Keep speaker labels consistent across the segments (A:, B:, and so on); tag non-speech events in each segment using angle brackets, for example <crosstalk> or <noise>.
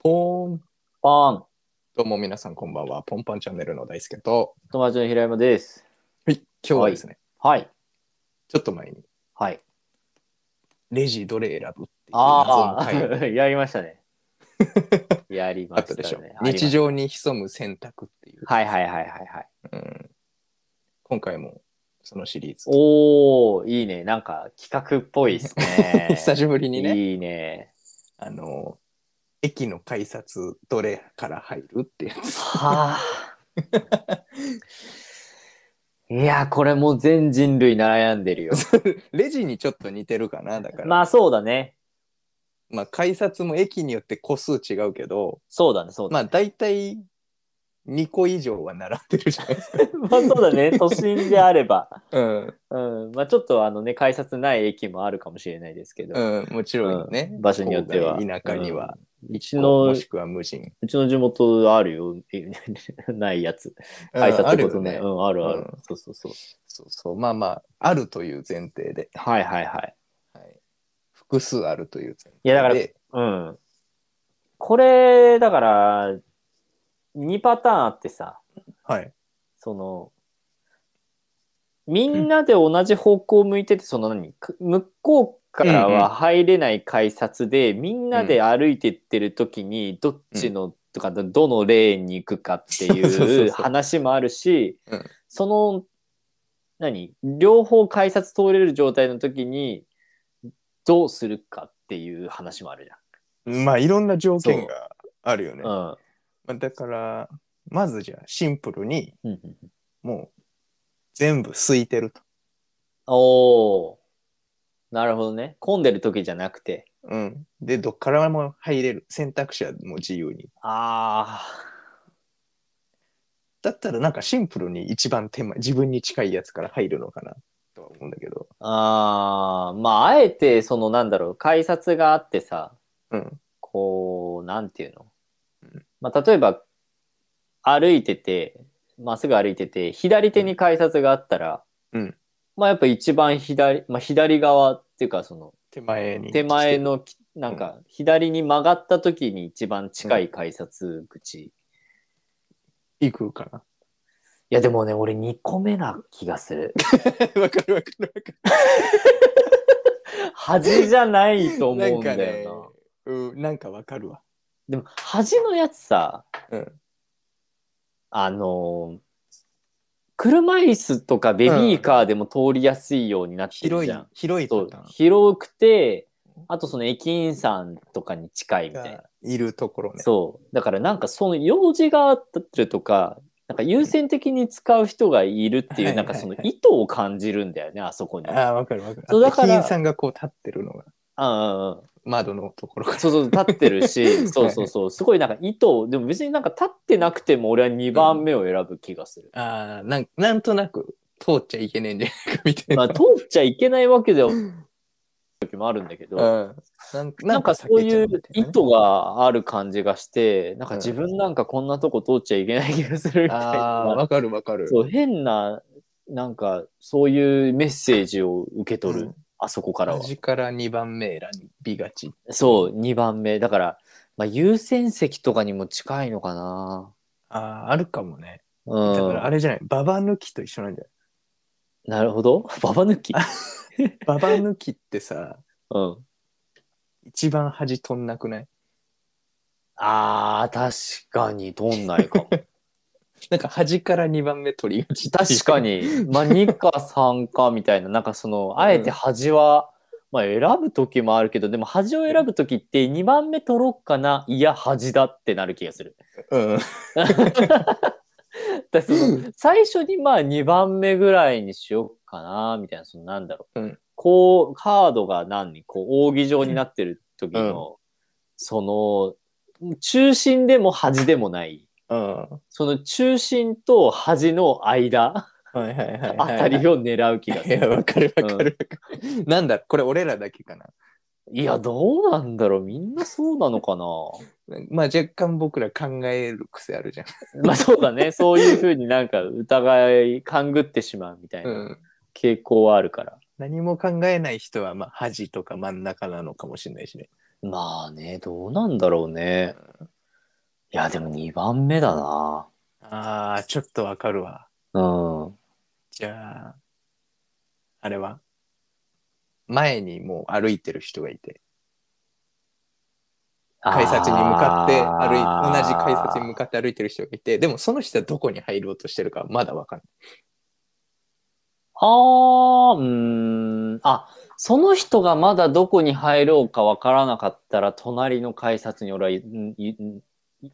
A: ポンパン。
B: どうも皆さんこんばんは。ポンパンチャンネルの大輔と、
A: 友達の平山です。
B: はい、今日はですね、
A: はい。
B: ちょっと前に
A: はい。
B: レジどれ選ぶっていう謎の
A: あ
B: 回が
A: あ、 <laughs> やりまし
B: <laughs>
A: たね。やりま
B: あっ
A: したた
B: でし
A: <laughs>
B: ょ。
A: ね。
B: 日
A: 常。
B: 常に潜む選択っていう、
A: はいはいはいはいはい。
B: うん今回もそのシリーズ。。
A: おー、いいね。なんか企画っぽいですね
B: <laughs> 久しぶりにね、
A: いいね。
B: あの、駅の改札どれから入るってやつ。
A: <laughs> はあ。 <laughs> いや、これもう全人類悩んでるよ。
B: レジにちょっと似てるかな、だから。ま
A: まあそうだね。
B: あ、改札も駅によって個数違うけど、
A: そうだね、そうだ
B: まあ
A: ね。
B: 大体2個以上は並んでるじゃないですか。
A: <laughs> まあそうだね。都心であれば。
B: うん
A: うん、まあちょっとあのね改札ない駅もあるかもしれないですけど、
B: うん、もちろんね、
A: うん場所によっては
B: 郊外田舎には、
A: うち
B: も
A: の
B: しくは無人。
A: うちの地元あるよ <laughs> ないやつ改札ってことね
B: うんあるよね
A: うんあるある、
B: うん
A: そうそうそう
B: そうそう、まあまあ、あるという前提で、
A: はいはいはい
B: はい、複数あるという前提で。
A: いやだからうんこれだから2パターンあってさ
B: はい。
A: そのみんなで同じ方向向いててその何く向こうからは入れない改札で、みんなで歩いてってる時にどっちの、とかどのレーンに行くかってい
B: そうそうそううそう
A: 話もあるし
B: うん
A: その何両方改札通れる状態の時にどうするかっていう話もあるじ
B: まあ、いろんな条件があるよね。
A: ゃ
B: ま
A: ん。
B: あ、だから、まずじゃあ、シンプルに、
A: うん、うんうん、
B: もう、全部空いてると。
A: おーなるほどね混んでる時じゃなくて。
B: うん。で、どっからも入れる。選択肢はもう自由に。
A: ああ。
B: だったら、なんかシンプルに一番手前、自分に近いやつから入るのかな、とは思うんだけど。
A: あーまああえてそのなんだろう改札があってさ
B: うん。
A: こうなんていうの
B: うん、
A: まあ、例えば歩いててまっすぐ歩いてて左手に改札があったら、
B: うん
A: まあやっぱ一番左、まあ、左側っていうかその
B: 手前に。
A: 手前のきなんか左に曲がった時に一番近い改札口、い
B: 行くかな。
A: やでもね俺2個目な気がする
B: <laughs> わかるわかるわかる。
A: 端じゃないと
B: <laughs>
A: 思
B: な
A: うんん
B: か
A: だ
B: ね
A: よな。、
B: うん、なんかわかるわ。
A: でも端のやつさ、
B: うん
A: あのー車椅子とかベビーカーでも通りやすいようになってる
B: 広
A: じ
B: い
A: ゃん、、
B: 広い
A: そ
B: パ
A: う
B: ターン
A: 広くてあとその駅員さんとかに近いみたいな、
B: がいるところね。
A: そうだからなんかその用事があったりとかなんか優先的に使う人がいるっていう、
B: はい
A: な
B: は
A: ん
B: い
A: か
B: はい
A: その意図を感じるんだよねあそこに。
B: ああ、わかるわかる。
A: そうだから
B: 駅員さんがこう立ってるのが
A: うんうんうん
B: 窓のところから。
A: そうそう立ってるしそうそうそうすごいなんか意図をでも別になんか立ってなくても俺は2番目を選ぶ気がする、
B: <laughs> ああ、なんなんとなく通っちゃいけねえんじゃないかみたい
A: ま
B: な。
A: あ通っちゃいけないわけでは時もあるんだけ
B: <laughs>
A: ど、
B: うん、なん
A: なんかそういう意図
B: が
A: がある感じがしてなんか自分なんかこんなとこ通っちゃいけない気がするみたい
B: ああー、
A: な、
B: わかるわかる。
A: そう変ななんかそういうメッセージを受け取る、
B: うん
A: あそこからは
B: 端から2番目選びがち。
A: そう2番目だから、まあ、優先席とかにも近いのかな
B: ああ、あるかもね。
A: う
B: だ
A: ん
B: からあれじゃない、ババ抜きと一緒なんじゃない
A: なるほど <laughs> ババ抜き
B: ババ抜きってさ、
A: うん
B: 一番端飛んなくない
A: あー、確かに、取んないか <laughs> も。
B: なんか端から2番目取りがちっていう
A: 確か。に、まあ、2か3かみたいな、なんかその、あえて端は、まあ、選ぶ時もあるけど、でも端を選ぶ時って、2番目取ろうかな、いや、端だってなる気がする。 <laughs>
B: うん。
A: だからその最初に、まあ、2番目ぐらいにしようかな、みたいな、その、なんだろう。
B: うん
A: こう、カードが何に、こう、扇状になってる時の、その、中心でも端でもない。
B: うん。は
A: その中心と端の間
B: いはいはいはい。
A: あたりを狙う気がす
B: い
A: る。
B: や、 <laughs> わかるわかるわかる。なんだ、これ俺らだけかな。
A: いや、どうなんだろうみんなそうなのかな
B: まあ若干僕ら考える癖あるじゃん。。
A: まあそうだね。そういうふうになんか疑い、勘ぐってしまうみたいうなん傾向はあるから。
B: 何も考えない人は、まあ、端とか真ん中なのかもしれないしね。
A: まあね、どうなんだろうね。いや、でも2番目だな。
B: ああ、ちょっとわかるわ。
A: うん。
B: じゃあ、あれは前にもう歩いてる人がいて、改札に向かって歩
A: あー
B: い、同じ改札に向かって歩いてる人がいて、でもその人はどこに入ろうとしてるかまだわかんない。
A: あー、うーん。あ、その人がまだどこに入ろうかわからなかったら、隣の改札に俺は、んん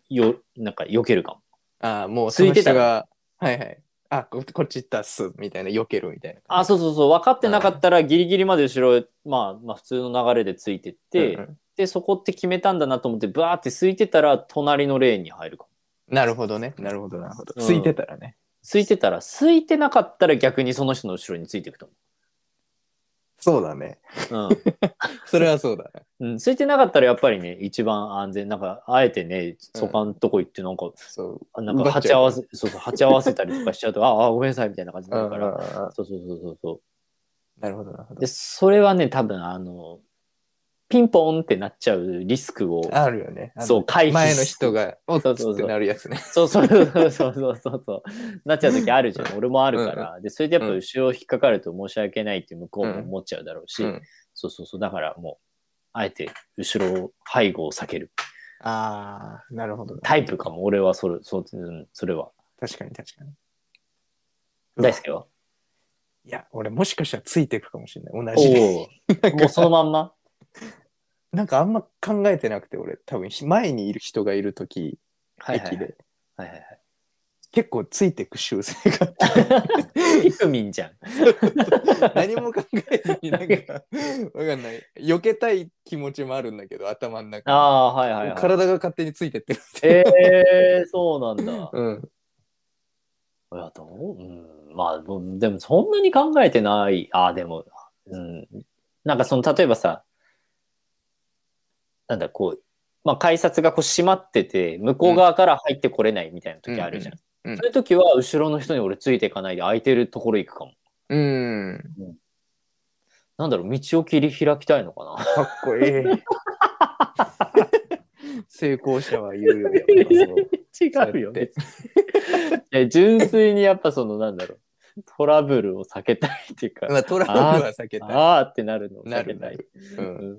A: よ、なんか避けるかも。
B: ああ、もうそ
A: 空い
B: の
A: てた
B: 人が、はいはい。あ、ここっち行ったっす、みたいな、避けるみたいな。
A: あ、
B: そ
A: そうそうそう。分かってなかったら、ギリギリまで後ろ、まあ、まあ、普通の流れでついてって、で、そこって決めたんだなと思って、バーって空いてたら、隣のレーンに入るかも。
B: なるほどね。なるほど、なるほど。
A: うん
B: 空いてたらね。
A: 空いてたら、空いてなかったら逆にその人の後ろについていくと
B: そうだね。
A: 思う。
B: それはそうだね。
A: うん。うん、空いてなかったらやっぱりね、一番安全。なんか、あえてね、そこんとこ行って、なんか、
B: そう。
A: あなんか
B: 奪っちゃ
A: 鉢
B: う
A: 合わせ、そうそう、鉢合わせたりとかしちゃうと、ああ、ごめんなさい、みたいな感じになるか
B: う
A: ら。
B: んうんうん
A: そうそうそうそうそ
B: なるほど、なるほ
A: う。
B: ど
A: で、。それはね、多分、あの、ピンポンってなっちゃうリスクを、
B: あるよね。あの
A: そう、回避
B: 前の
A: し
B: 人が、おっ
A: そう
B: つ
A: そうそう
B: ってなるやつね。
A: そうそうそうそうそうそうそう。なっちゃう時あるじゃん。俺もあるから。で、それでやっぱ後ろ引っかかると申し訳ないって向こうも思っちゃうだろうし、
B: うん
A: そうそうそう。だからもう、あえて後ろを背後を避ける。
B: ああ、なるほど。
A: タイプかも、俺はそれ、そうんそれは。
B: 確かに確かに。うわ
A: 大好きよ。
B: いや、俺もしかしたらついていくかもしれない。同じで。
A: おお。もうそのまんま
B: なんかあんま考えてなくて、俺、多分ひ前にいる人がいるとき、
A: はいはい
B: 駅
A: はい
B: で、
A: はいはい
B: 結構ついていく習性が
A: <laughs>
B: あっ
A: はい。ピクミンじゃん。
B: て、何も考えずに、なんか、わかんない。避けたい気持ちもあるんだけど、頭の中に。
A: あ <laughs> あ、はいはいはい。
B: 体が勝手についてってるみたい
A: ええー、そうなんだ。 <laughs> い
B: な。うん。
A: や、どううん。まあ、ぼでもそんなに考えてない。ああ、でも、うん。なんかその、例えばさ、なんだ、こう、まあ、改札がこう閉まってて、向こう側から入ってこれないみたいな時あるじゃん。
B: うんうんうん
A: そういう時は、後ろの人に俺ついていかないで、空いてるところ行くかも。
B: うん。
A: なんだろう、道を切り開きたいのかな。
B: かっこい
A: <laughs>
B: い。成功者は言う
A: <laughs>
B: よりやっぱそう
A: 違うよ。別
B: <laughs>
A: にいや純粋にやっぱその、なんだろう、トラブルを避けたいっていうか。
B: まあ、トラブルは避けたい。
A: あーってなるのを
B: な
A: 避
B: る
A: け
B: な
A: たい。
B: る。う、
A: うんん、
B: い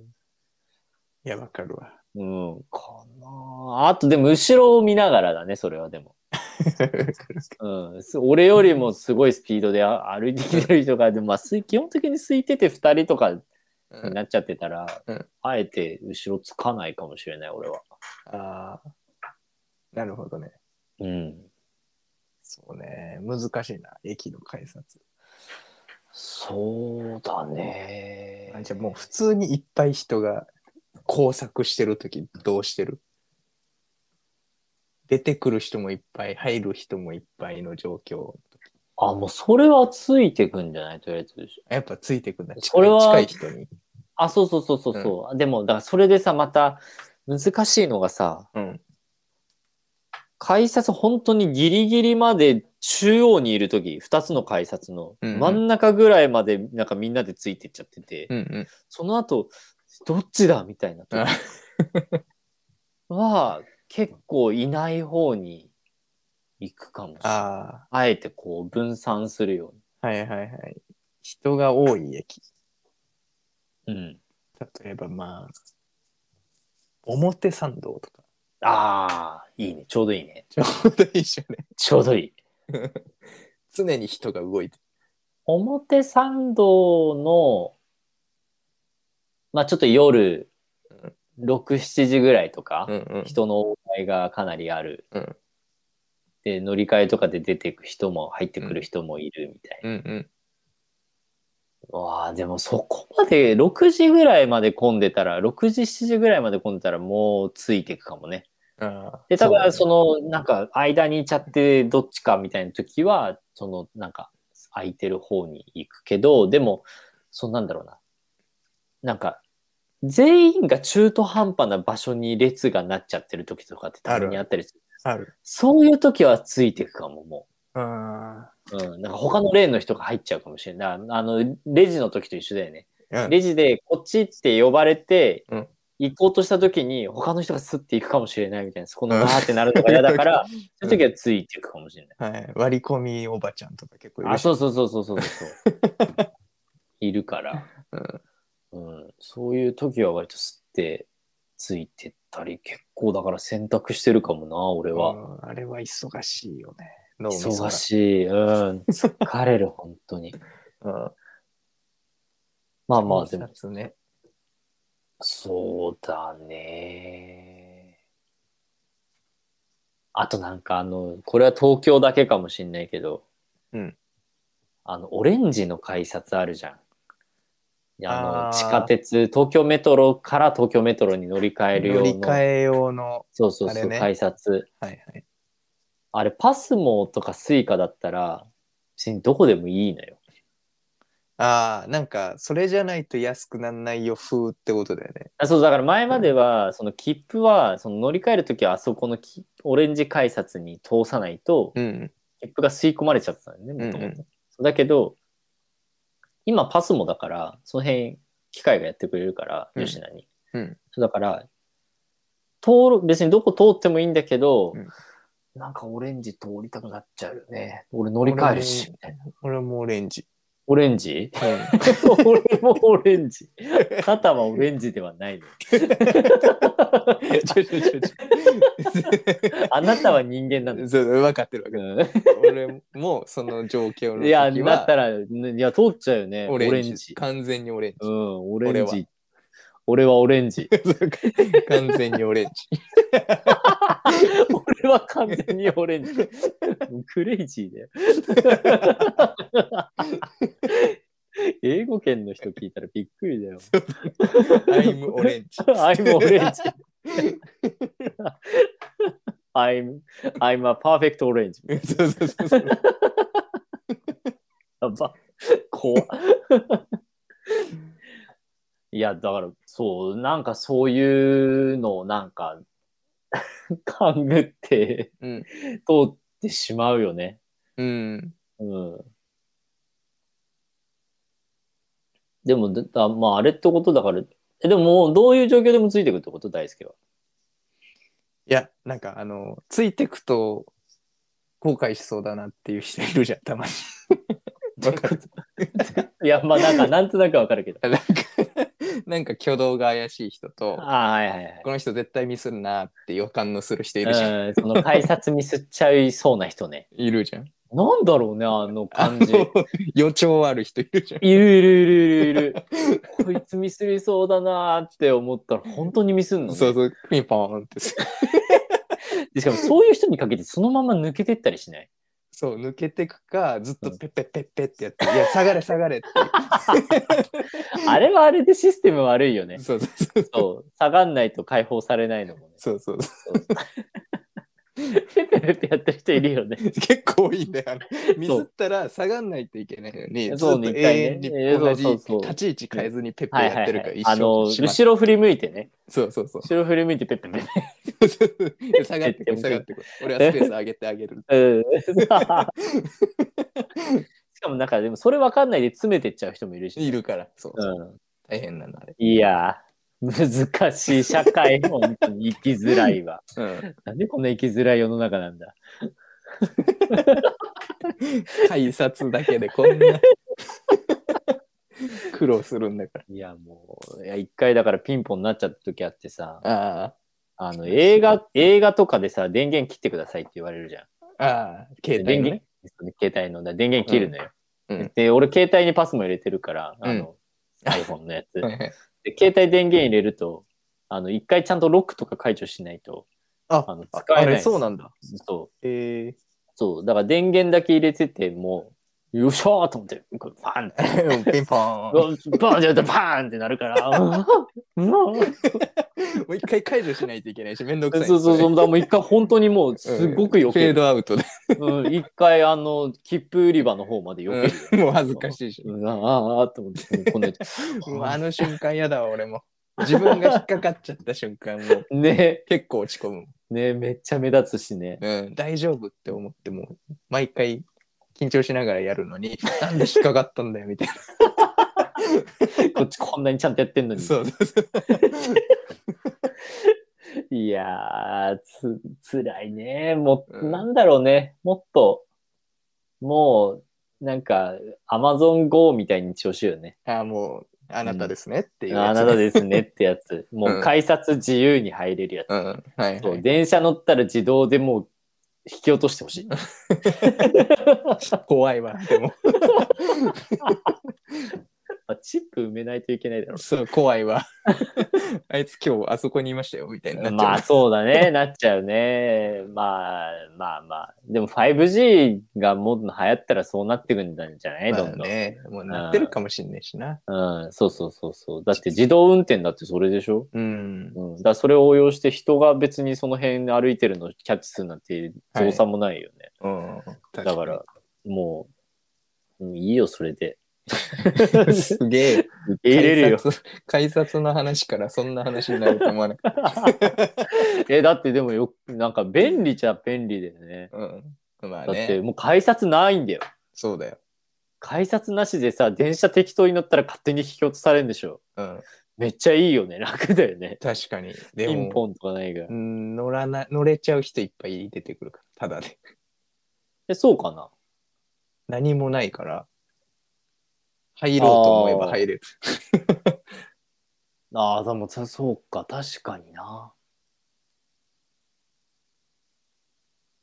B: や、わかる
A: <laughs>
B: わ。
A: うん、かなああとでも後ろを見ながらだねそれはでも、うん、す俺よりもすごいスピードであ歩いてきてる人がでも、まあ、すい基本的に空いてて2人とか
B: う
A: に
B: ん、あ
A: なっちゃってたら、
B: うん
A: あえて後ろつかないかもしれない俺は、
B: あー、なるほどね。
A: うん、
B: そうね。難しいな。駅の改札。
A: そうだね
B: あじゃあもう普通にいっぱい人が工作してるときどうしてる出てくる人もいっぱい、入る人もいっぱいの状況。
A: あもうそれはついてくんじゃないとりあえず
B: やっぱついてくんだ。近
A: これ
B: い
A: は
B: 近い人に。
A: あそうそうそうそうそう、でもだからそれでさまた難しいのがさ、
B: うん。
A: 改札本当にギリギリまで中央にいる時2つの改札の
B: うんうん
A: 真ん中ぐらいまでなんかみんなでついてっちゃってて、
B: うんうん。
A: その後どっちだみたいな時 <laughs> は結構いない方に行くかもしれない
B: ああ。
A: あえてこう分散するよ
B: はいはいはい。人が多い駅。
A: うに、うん、
B: 例えばまあ、表参道と
A: <laughs>
B: か。
A: ああいいねちょうどいいね
B: ちょうどいいっしょね。
A: ちょうどいい
B: 常に人が動いて
A: 表参道のまあちょっと夜67時ぐらいとか、
B: る。うんうん
A: 人の往来がかなりある、
B: うん
A: で乗り換えとかで出てく人も入ってくる人もいるみたいな、
B: うんうん。
A: わあでもそこまで6時ぐらいまで混んでたら6時7時ぐらいまで混んでたらもうついていくかもね
B: あ
A: でただそ
B: の、
A: のなんか間にいちゃってどっちかみたいな時はそのなんか空いてる方に行くけどでもそのなんだろうななんか全員が中途半端な場所に列がなっちゃってる時とかってたまにあったりする
B: ある。
A: そういう時はついていくかも、も
B: あ
A: う。うん。なんか他のレーンの人が入っちゃうかもしれ <laughs> ない。あの、レジの時と一緒だよね。
B: あ。
A: レジでこっちって呼ばれて、
B: うん
A: 行こうとした時に他の人がスッて行くかもしれないみたいな
B: <laughs>
A: そこのわーってなるとか嫌だからそういう時はついていくかもしれない、
B: はい、割り込みおばちゃんとか結構い
A: あ
B: るし
A: そうそうそうそうそうそう
B: <laughs>
A: いるから、うん、そういう時は割と吸ってついてったり結構だから選択してるかもな俺は、
B: うんあれは忙しいよね。脳みそが
A: 忙しいうん疲れる本当に
B: うん
A: まあまあでも
B: 印刷ね。
A: そうだね。あとなんかあの、これは東京だけかもしんないけど、
B: うん
A: あの、オレンジの改札あるじゃん。いやあの
B: あー
A: 地下鉄、東京メトロから東京メトロに乗り換える
B: 乗
A: 用
B: り
A: の、
B: 換え用の。
A: そうそうそ
B: あれ
A: う、
B: ね
A: 改札。
B: はいはい。
A: あれ、パスモとかスイカだったら、別にどこでもいいのよ。
B: ああ、なんか、それじゃないと安くなんないよ、風ってことだよね。
A: あそうだから前までは、その切符は、その乗り換えるときはあそこのきオレンジ改札に通さないと、
B: うん。
A: 切符が吸い込まれちゃったんだよね、もとも
B: うんう
A: と。そうだけど、今パスもだから、その辺、機械がやってくれるから、
B: うん
A: 吉野に。
B: うん
A: そうだから、通る、別にどこ通ってもいいんだけど、
B: うん
A: なんかオレンジ通りたくなっちゃうよね。俺乗り換えるし、みたいな。
B: 俺もオレンジ。
A: オレンジ
B: うん
A: 俺もオレンジ。肩はオレンジではないの。
B: ちょちょちょち
A: <laughs> あなたは人間なの
B: ょ。
A: <laughs>
B: そう、分かってるわかっ
A: う
B: てる。俺もその状況の
A: ん
B: 時
A: いや、
B: は。
A: だったら、いや、通っちゃうよね。
B: オ
A: オ
B: レン
A: レン
B: ジ。
A: ジ。
B: 完全にオレン
A: う
B: ジ。
A: ん、オレ
B: 俺
A: ンジ。俺はオレ
B: <laughs>
A: ンジ。
B: 完全にオレンジ。
A: 俺は完全にオレンジ。 <laughs> クレイジーだよ。
B: <laughs>
A: 英語圏の人聞いたらびっくりだよ。
B: アイムオレンジ。
A: <laughs> I'm オレンジ。I'm, I'm a perfect orange.
B: <laughs> そうそうそうそう。
A: やば。怖っいや、だから、そう、なんかそういうのをなんか、勘ぐって、
B: うん
A: 通ってしまうよね。
B: うん。
A: うんでもだだ、まあ、あれってことだから、えでももうどういう状況でもついてくるってこと大輔は。
B: いや、なんかあの、ついてくと後悔しそうだなっていう人いるじゃん、たまに。わかる
A: <laughs> いや、まあ、なんか、なんとなくわかるけど。
B: <laughs> なんか、なんか挙動が怪しい人と、
A: ああ、はいはいはい
B: この人絶対ミスるなって予感のする人いるじゃん。
A: うん。その <laughs> 改札ミスっちゃいそうな人ね。
B: いるじゃん。
A: なんだろうね、あの
B: あ
A: 感
B: の
A: <laughs> じ。
B: 予兆ある人いるじゃん。
A: いるいるいるい <laughs> るいる。こいつミスりそうだなーって思ったら、本当にミスんの、ね。
B: そうそう、ピンポーンってさ。
A: でしかも、そういう人に限って、そのまま抜けてったりしない。
B: <laughs> そう、抜けてくか、ずっとペッペッペッペッってやって、いや、下がれ下がれって。
A: あれはあれでシステム悪いよ
B: <laughs>
A: ね。
B: そうそうそう。
A: そう、下がんないと解放されないのもね。
B: そうそうそ
A: ペペペペやってる人いるよね。
B: う <laughs> 結構多いんだよあのミスったら下がんないといけないのにずっ
A: そう
B: と
A: ね
B: 永遠に
A: 一回ね
B: 同じ
A: そう
B: 立
A: そうそう
B: ち位置変えずにペッペ
A: はい
B: ッや
A: は
B: って
A: い、
B: る
A: は
B: から
A: い
B: 一。
A: あの、
B: 生しまって
A: 後ろ振り向いてね。
B: そうそうそう
A: 後ろ振り向いてペペペペ。
B: 下がって
A: <laughs>
B: こい下がってこい俺はスペース上げてあげる
A: うん。しかもなんか、でもそれわかんないで詰めてっちゃう人もいるし。
B: いるからそう
A: うん。
B: 大変なのあれ
A: いやー、難しい社会、本当に生きづらいわ。
B: うん
A: なんでこんな生きづらい世の中なんだ。
B: 改札だけでこんな <laughs> 苦労するんだか
A: いや、もう、いや、一回だからピンポンになっちゃった時あってさ、
B: らあ
A: あの、映画、映画とかでさ、電源切ってくださいって言われるじゃん。
B: あああ携帯の
A: 電源
B: ね
A: 携帯のだ電源切るのよ、
B: うんうん
A: で俺携帯にパスも入れてるからあの、iPhone <laughs> のやつ
B: はいはい
A: で携帯電源入れるとあの一回ちゃんとロックとか解除しないとあ
B: あ
A: の
B: あ
A: 使え
B: あ
A: ない
B: れそうなんだ <laughs>
A: そう
B: え
A: そうだから電源だけ入れててもうよいしょーと思ってこうパンって。
B: ーピンポーンも
A: うわバーンってやったらパーンってなるから。うんうん
B: う一回解除しないといけないしめんどくさい
A: そうそうそう。だからもう一回本当にもうすご
B: フ
A: くよ
B: ェー
A: ける。
B: ドアウトで
A: うん一回あの、切符売り場の方までよけるよ。
B: もう恥ずかしいし
A: うん、ああ、ああ、と思って、もうこの
B: もうあの瞬間やだわ俺も自分が引っかかっちゃった瞬間もう
A: ね
B: 結構落ち込む
A: ねめっちゃ目立つ
B: <laughs>
A: しね。
B: うん、大丈夫って思っても毎回緊張しながらやるのになんで引っかかったんだよみたい
A: こっちこんなにちゃんとやってんの
B: <laughs>
A: に。
B: そうそうそう。
A: いやー、つ、辛いね。もう、
B: うん
A: なんだろうね。もっと、もう、なんか、アマゾン GO みたいに調子よね。
B: ああ、もう、あなたですねっていう
A: あ
B: やつ
A: な
B: ね、
A: たですねってやつ。も
B: <laughs> う
A: う、
B: ん
A: 改札自由に入れるやつ。
B: うん。はい、はい。
A: そう電車乗ったら自動でもう、引き落としてほし
B: <laughs>
A: い。
B: 怖いわ。でも、
A: あチップ埋めないといけないだ
B: <laughs>
A: ろ
B: そう、怖いわ。 <laughs> あいつ今日あそこにいましたよ、みたいになっちゃう。
A: まあそうだね、 <laughs> なっちゃうね。まあまあまあ。でも 5G がもっと流行ったらそうなってくんだんじゃない
B: ま
A: ど
B: あ
A: んどん、
B: ね、もうなってるかもしんないしな。
A: うん、そうそうそうそう。だって自動運転だってそれでしょ
B: うん。
A: うん、だからそれを応用して人が別にその辺歩いてるのをキャッチするなんて造作もないよね。
B: うん。確
A: だから、もう、うんいいよ、そ
B: <laughs>
A: れで。
B: に。 <laughs> すげえ。
A: 受け入れるよ。
B: 改札。 <laughs> 改札の話からそんな話になると思わなかっ
A: <laughs> え、だってでもよく、なんか便利じゃ便利だよね。
B: た。うん。まあ
A: だって
B: ね、
A: もう改札ないんだよ。
B: そうだよ。
A: 改札なしでさ電車適当に乗ったら勝手に引き落とされるんでしょ
B: うん。
A: めっちゃいいよね <laughs> 楽だよね
B: 確かに。で
A: ピ
B: も
A: ンポンとかないから、
B: うん、乗らな、乗れちゃう人いっぱい出てくるから、ただで。
A: えそうかな
B: 何もないから、入ろうと思えば入れる。
A: ああでもそそうか確かにな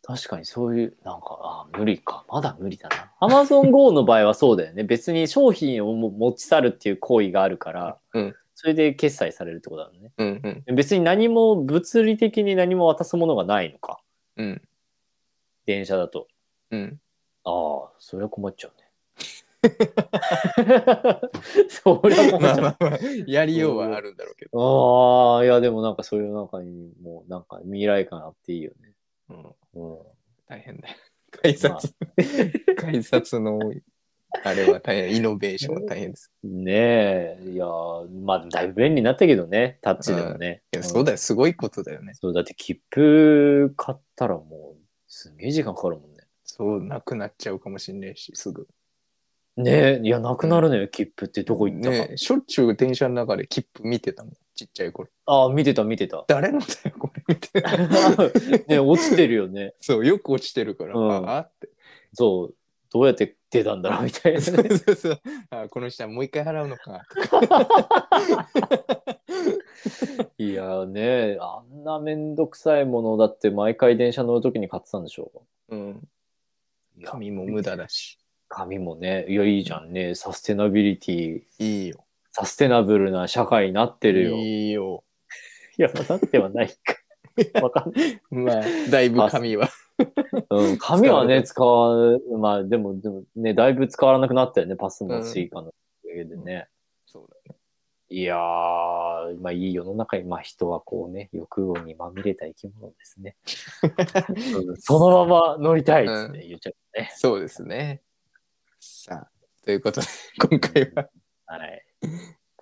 A: 確かにそういうなんかあー無理かまだ無理だな AmazonGO の場合はそうだよね別に商品をも持ち去るっていう行為があるから、
B: うん
A: それで決済されるってことだもんね
B: うんうん
A: 別に何も物理的に何も渡すものがないのか
B: うん
A: 電車だと
B: うん。 <laughs>
A: ああ、それは困っちゃうね。そりゃ困っち
B: ま
A: ゃ
B: あ
A: う。
B: まあまあ、やりようはあるんだろうけど。
A: ああ、いやでもなんかそういう中にもうなんか未来感あっていいよね。
B: うん
A: うん、
B: 大変だよ。改札、 <laughs> 改札の、あれは大変、イノベーションは大変です。
A: ねえ、いやー、まあだいぶ便利になったけどね、タッチでもね。
B: いや、そうだよ、すごいことだよね
A: うん。そうだって切符買ったらもうすげえ時間かかるもんね。
B: そう、なくなっちゃうかもしんないし、すぐ。
A: ねえ、いやなくなるのよ、切符ってどこ行ったか。
B: ねえしょっちゅう電車の中で切符見てたもん、ちっちゃい頃。。
A: ああ、見てた見てた
B: <laughs> 誰のだよ、これ、みたいな。
A: ね落ちてるよね。
B: <laughs> そう、よく落ちてるから、
A: うん
B: ああって。 <laughs>
A: そう、どうやって出たんだろうみたいなね。
B: そうそうそう。あこの人はもう一回払うのか。
A: いやーね、あんなめんどくさいものだって毎回電車乗るときに買ってたんでしょ
B: うん。
A: うか。
B: 紙も無駄だし。
A: 紙もね、いや、いいじゃんね。サステナビリティ、
B: いいよ。
A: サステナブルな社会になってるよ。い
B: いいよ。
A: や、なってはないか。 <laughs> わかんない。
B: まあ、だいぶ紙は。
A: うん、紙はね、使わ、まあ、でも、でもね、だいぶ使わなくなったよね。パスもスイカのおかげでね。
B: そうだ
A: いやー、まあ、いい世の中に、まあ、人はこうね、欲望にまみれた生き物です <laughs> ね。うんそのまま乗りたいっつって言っちゃうね。
B: そうですね。さあ、という <laughs> ことで、今回は、
A: はい。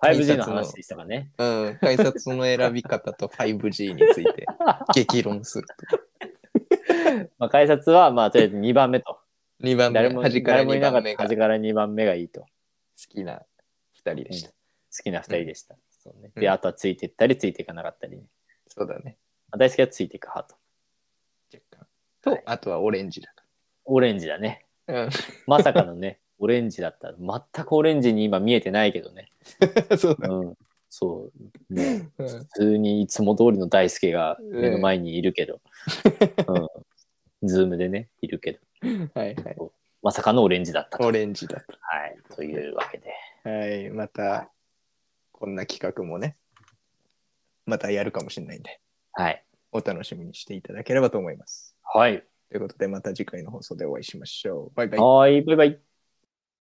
B: 改札の
A: 5G の話でしたかね。
B: うん、改札の選び方と 5G について激論する
A: まあ、改札は、まあ、とりあえず2番目
B: <laughs>
A: と。
B: と。2番目、
A: 誰も、
B: 端から
A: 誰もい
B: 2
A: なか
B: 番
A: っ
B: 目
A: た。
B: が
A: 端
B: 好
A: から2番目がいいと。好
B: きな2人でした。
A: きな2人でした。そうね、
B: うん
A: で、あとはついてったり、ついていかなかったりね。
B: そうだね。
A: まあ、大好きはついていく派と。
B: 若干。と、
A: はい
B: あとはオレンジだか
A: オレンジだね。
B: ら。
A: <laughs> まさかのね、オレンジだった。全くオレンジに今見えてないけどね。
B: うん、 <laughs> そうだ。
A: うん。そう。もう
B: <laughs> うん
A: 普通にいつも通りの大輔が目の前にいるけど。うん。ズームでね、いるけど。
B: はいはい。
A: まさかのオレンジだったと。
B: オ
A: はい。
B: レンジだ
A: というわけで。
B: と。はい、また、こんな企画もね、またやるかもしれないんで、
A: はい。
B: お楽しみにしていただければと思います。
A: はい。
B: ということで、また次回の放送でお会いしましょう。バイバイ。
A: はい、バイバイ。